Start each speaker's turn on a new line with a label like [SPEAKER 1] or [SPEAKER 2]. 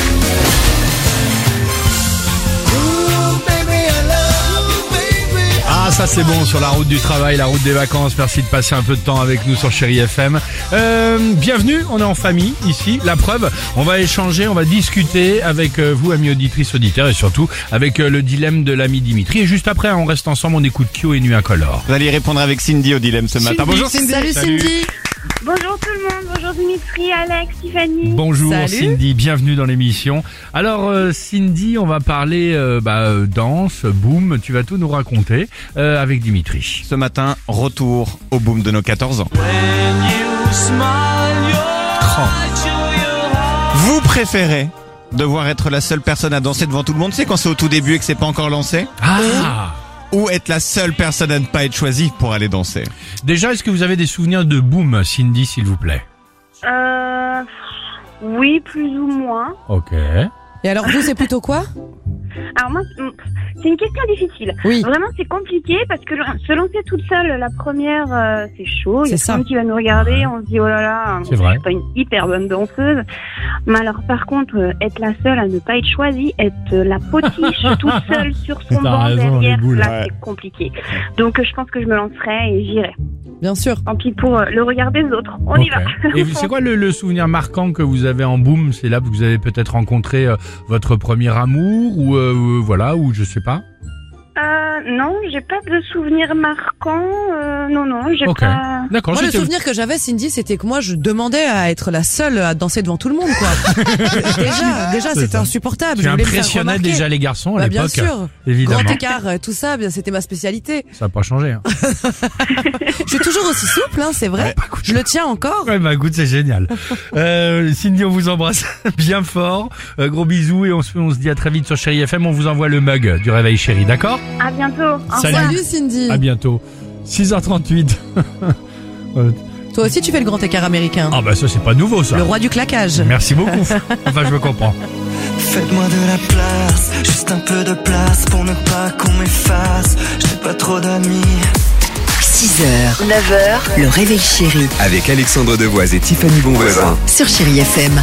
[SPEAKER 1] Ah ça c'est bon sur la route du travail, la route des vacances, merci de passer un peu de temps avec nous sur Chéri FM. Euh, bienvenue, on est en famille ici, la preuve, on va échanger, on va discuter avec euh, vous amis auditrices, auditeurs et surtout avec euh, le dilemme de l'ami Dimitri. Et juste après on reste ensemble, on écoute Kyo et Nuit Incolore.
[SPEAKER 2] Vous allez répondre avec Cindy au dilemme ce matin. Bonjour Cindy.
[SPEAKER 1] Salut Cindy
[SPEAKER 3] Bonjour tout le monde, bonjour Dimitri, Alex, Tiffany.
[SPEAKER 1] Bonjour
[SPEAKER 4] Salut.
[SPEAKER 1] Cindy, bienvenue dans l'émission. Alors euh, Cindy, on va parler euh, bah, euh, danse, boom, tu vas tout nous raconter euh, avec Dimitri.
[SPEAKER 2] Ce matin, retour au boom de nos 14 ans. Vous préférez devoir être la seule personne à danser devant tout le monde, c'est quand c'est au tout début et que c'est pas encore lancé,
[SPEAKER 1] Ah
[SPEAKER 2] ou être la seule personne à ne pas être choisie pour aller danser
[SPEAKER 1] Déjà, est-ce que vous avez des souvenirs de Boom, Cindy, s'il vous plaît
[SPEAKER 3] Euh, oui, plus ou moins.
[SPEAKER 1] Ok.
[SPEAKER 5] Et alors, vous, c'est plutôt quoi
[SPEAKER 3] Alors moi, c'est une question difficile.
[SPEAKER 5] Oui.
[SPEAKER 3] Vraiment, c'est compliqué parce que le- se lancer toute seule, la première, euh, c'est chaud. Il y a
[SPEAKER 5] C'est
[SPEAKER 3] tout
[SPEAKER 5] ça.
[SPEAKER 3] le monde qui va nous regarder, on se dit oh là là,
[SPEAKER 1] C'est vrai.
[SPEAKER 3] je suis pas une hyper bonne danseuse. Mais alors par contre, euh, être la seule à ne pas être choisie, être euh, la potiche toute seule sur son
[SPEAKER 1] T'as
[SPEAKER 3] banc
[SPEAKER 1] raison, les
[SPEAKER 3] derrière,
[SPEAKER 1] boules.
[SPEAKER 3] là
[SPEAKER 2] Ouais.
[SPEAKER 3] c'est compliqué. Donc euh, je pense que je me lancerai et j'irai.
[SPEAKER 5] Bien sûr.
[SPEAKER 3] Tant pis pour euh, le regard des autres. On y
[SPEAKER 1] Ok.
[SPEAKER 3] va.
[SPEAKER 1] Et vous- c'est quoi le, le souvenir marquant que vous avez en Boom C'est là que vous avez peut-être rencontré euh, votre premier amour ou euh, euh, voilà ou je sais pas.
[SPEAKER 3] Euh, non, j'ai pas de souvenirs marquants. Euh, non, non, j'ai
[SPEAKER 1] Ok.
[SPEAKER 3] pas.
[SPEAKER 1] D'accord.
[SPEAKER 5] Moi, le
[SPEAKER 1] c'était-
[SPEAKER 5] souvenir que j'avais, Cindy, c'était que moi, je demandais à être la seule à danser devant tout le monde, quoi. déjà, déjà, c'était
[SPEAKER 1] ça.
[SPEAKER 5] insupportable.
[SPEAKER 1] Tu
[SPEAKER 5] Je voulais me faire
[SPEAKER 1] impressionnais
[SPEAKER 5] remarquer.
[SPEAKER 1] déjà les garçons à
[SPEAKER 5] Bah, bien
[SPEAKER 1] l'époque.
[SPEAKER 5] sûr.
[SPEAKER 1] Évidemment.
[SPEAKER 5] Grand écart, euh, tout ça, bien, c'était ma spécialité.
[SPEAKER 1] Ça n'a pas changé. Hein.
[SPEAKER 5] Je suis toujours aussi souple, hein, c'est vrai.
[SPEAKER 1] Ouais, bah, écoute,
[SPEAKER 5] Je le tiens encore.
[SPEAKER 1] Ouais, bah, écoute, c'est génial. Euh, Cindy, on vous embrasse bien fort. Euh, gros bisous et on se, on se dit à très vite sur Chéri FM. On vous envoie le mug du réveil Chéri, d'accord
[SPEAKER 3] À bientôt. Au revoir.
[SPEAKER 1] Salut.
[SPEAKER 5] Salut, Cindy.
[SPEAKER 1] À bientôt. 6h38.
[SPEAKER 5] Toi aussi, tu fais le grand écart américain.
[SPEAKER 1] Euh, Ah bah ça c'est pas nouveau ça.
[SPEAKER 5] Le roi du claquage.
[SPEAKER 1] Merci beaucoup. Enfin, je me comprends.
[SPEAKER 6] Faites-moi de la place, juste un peu de place pour ne pas qu'on m'efface. J'ai pas trop d'amis.
[SPEAKER 4] 6h, 9h, le réveil chéri
[SPEAKER 7] Avec Alexandre Devoise et Tiffany Bonvoisin.
[SPEAKER 4] sur Chéri FM.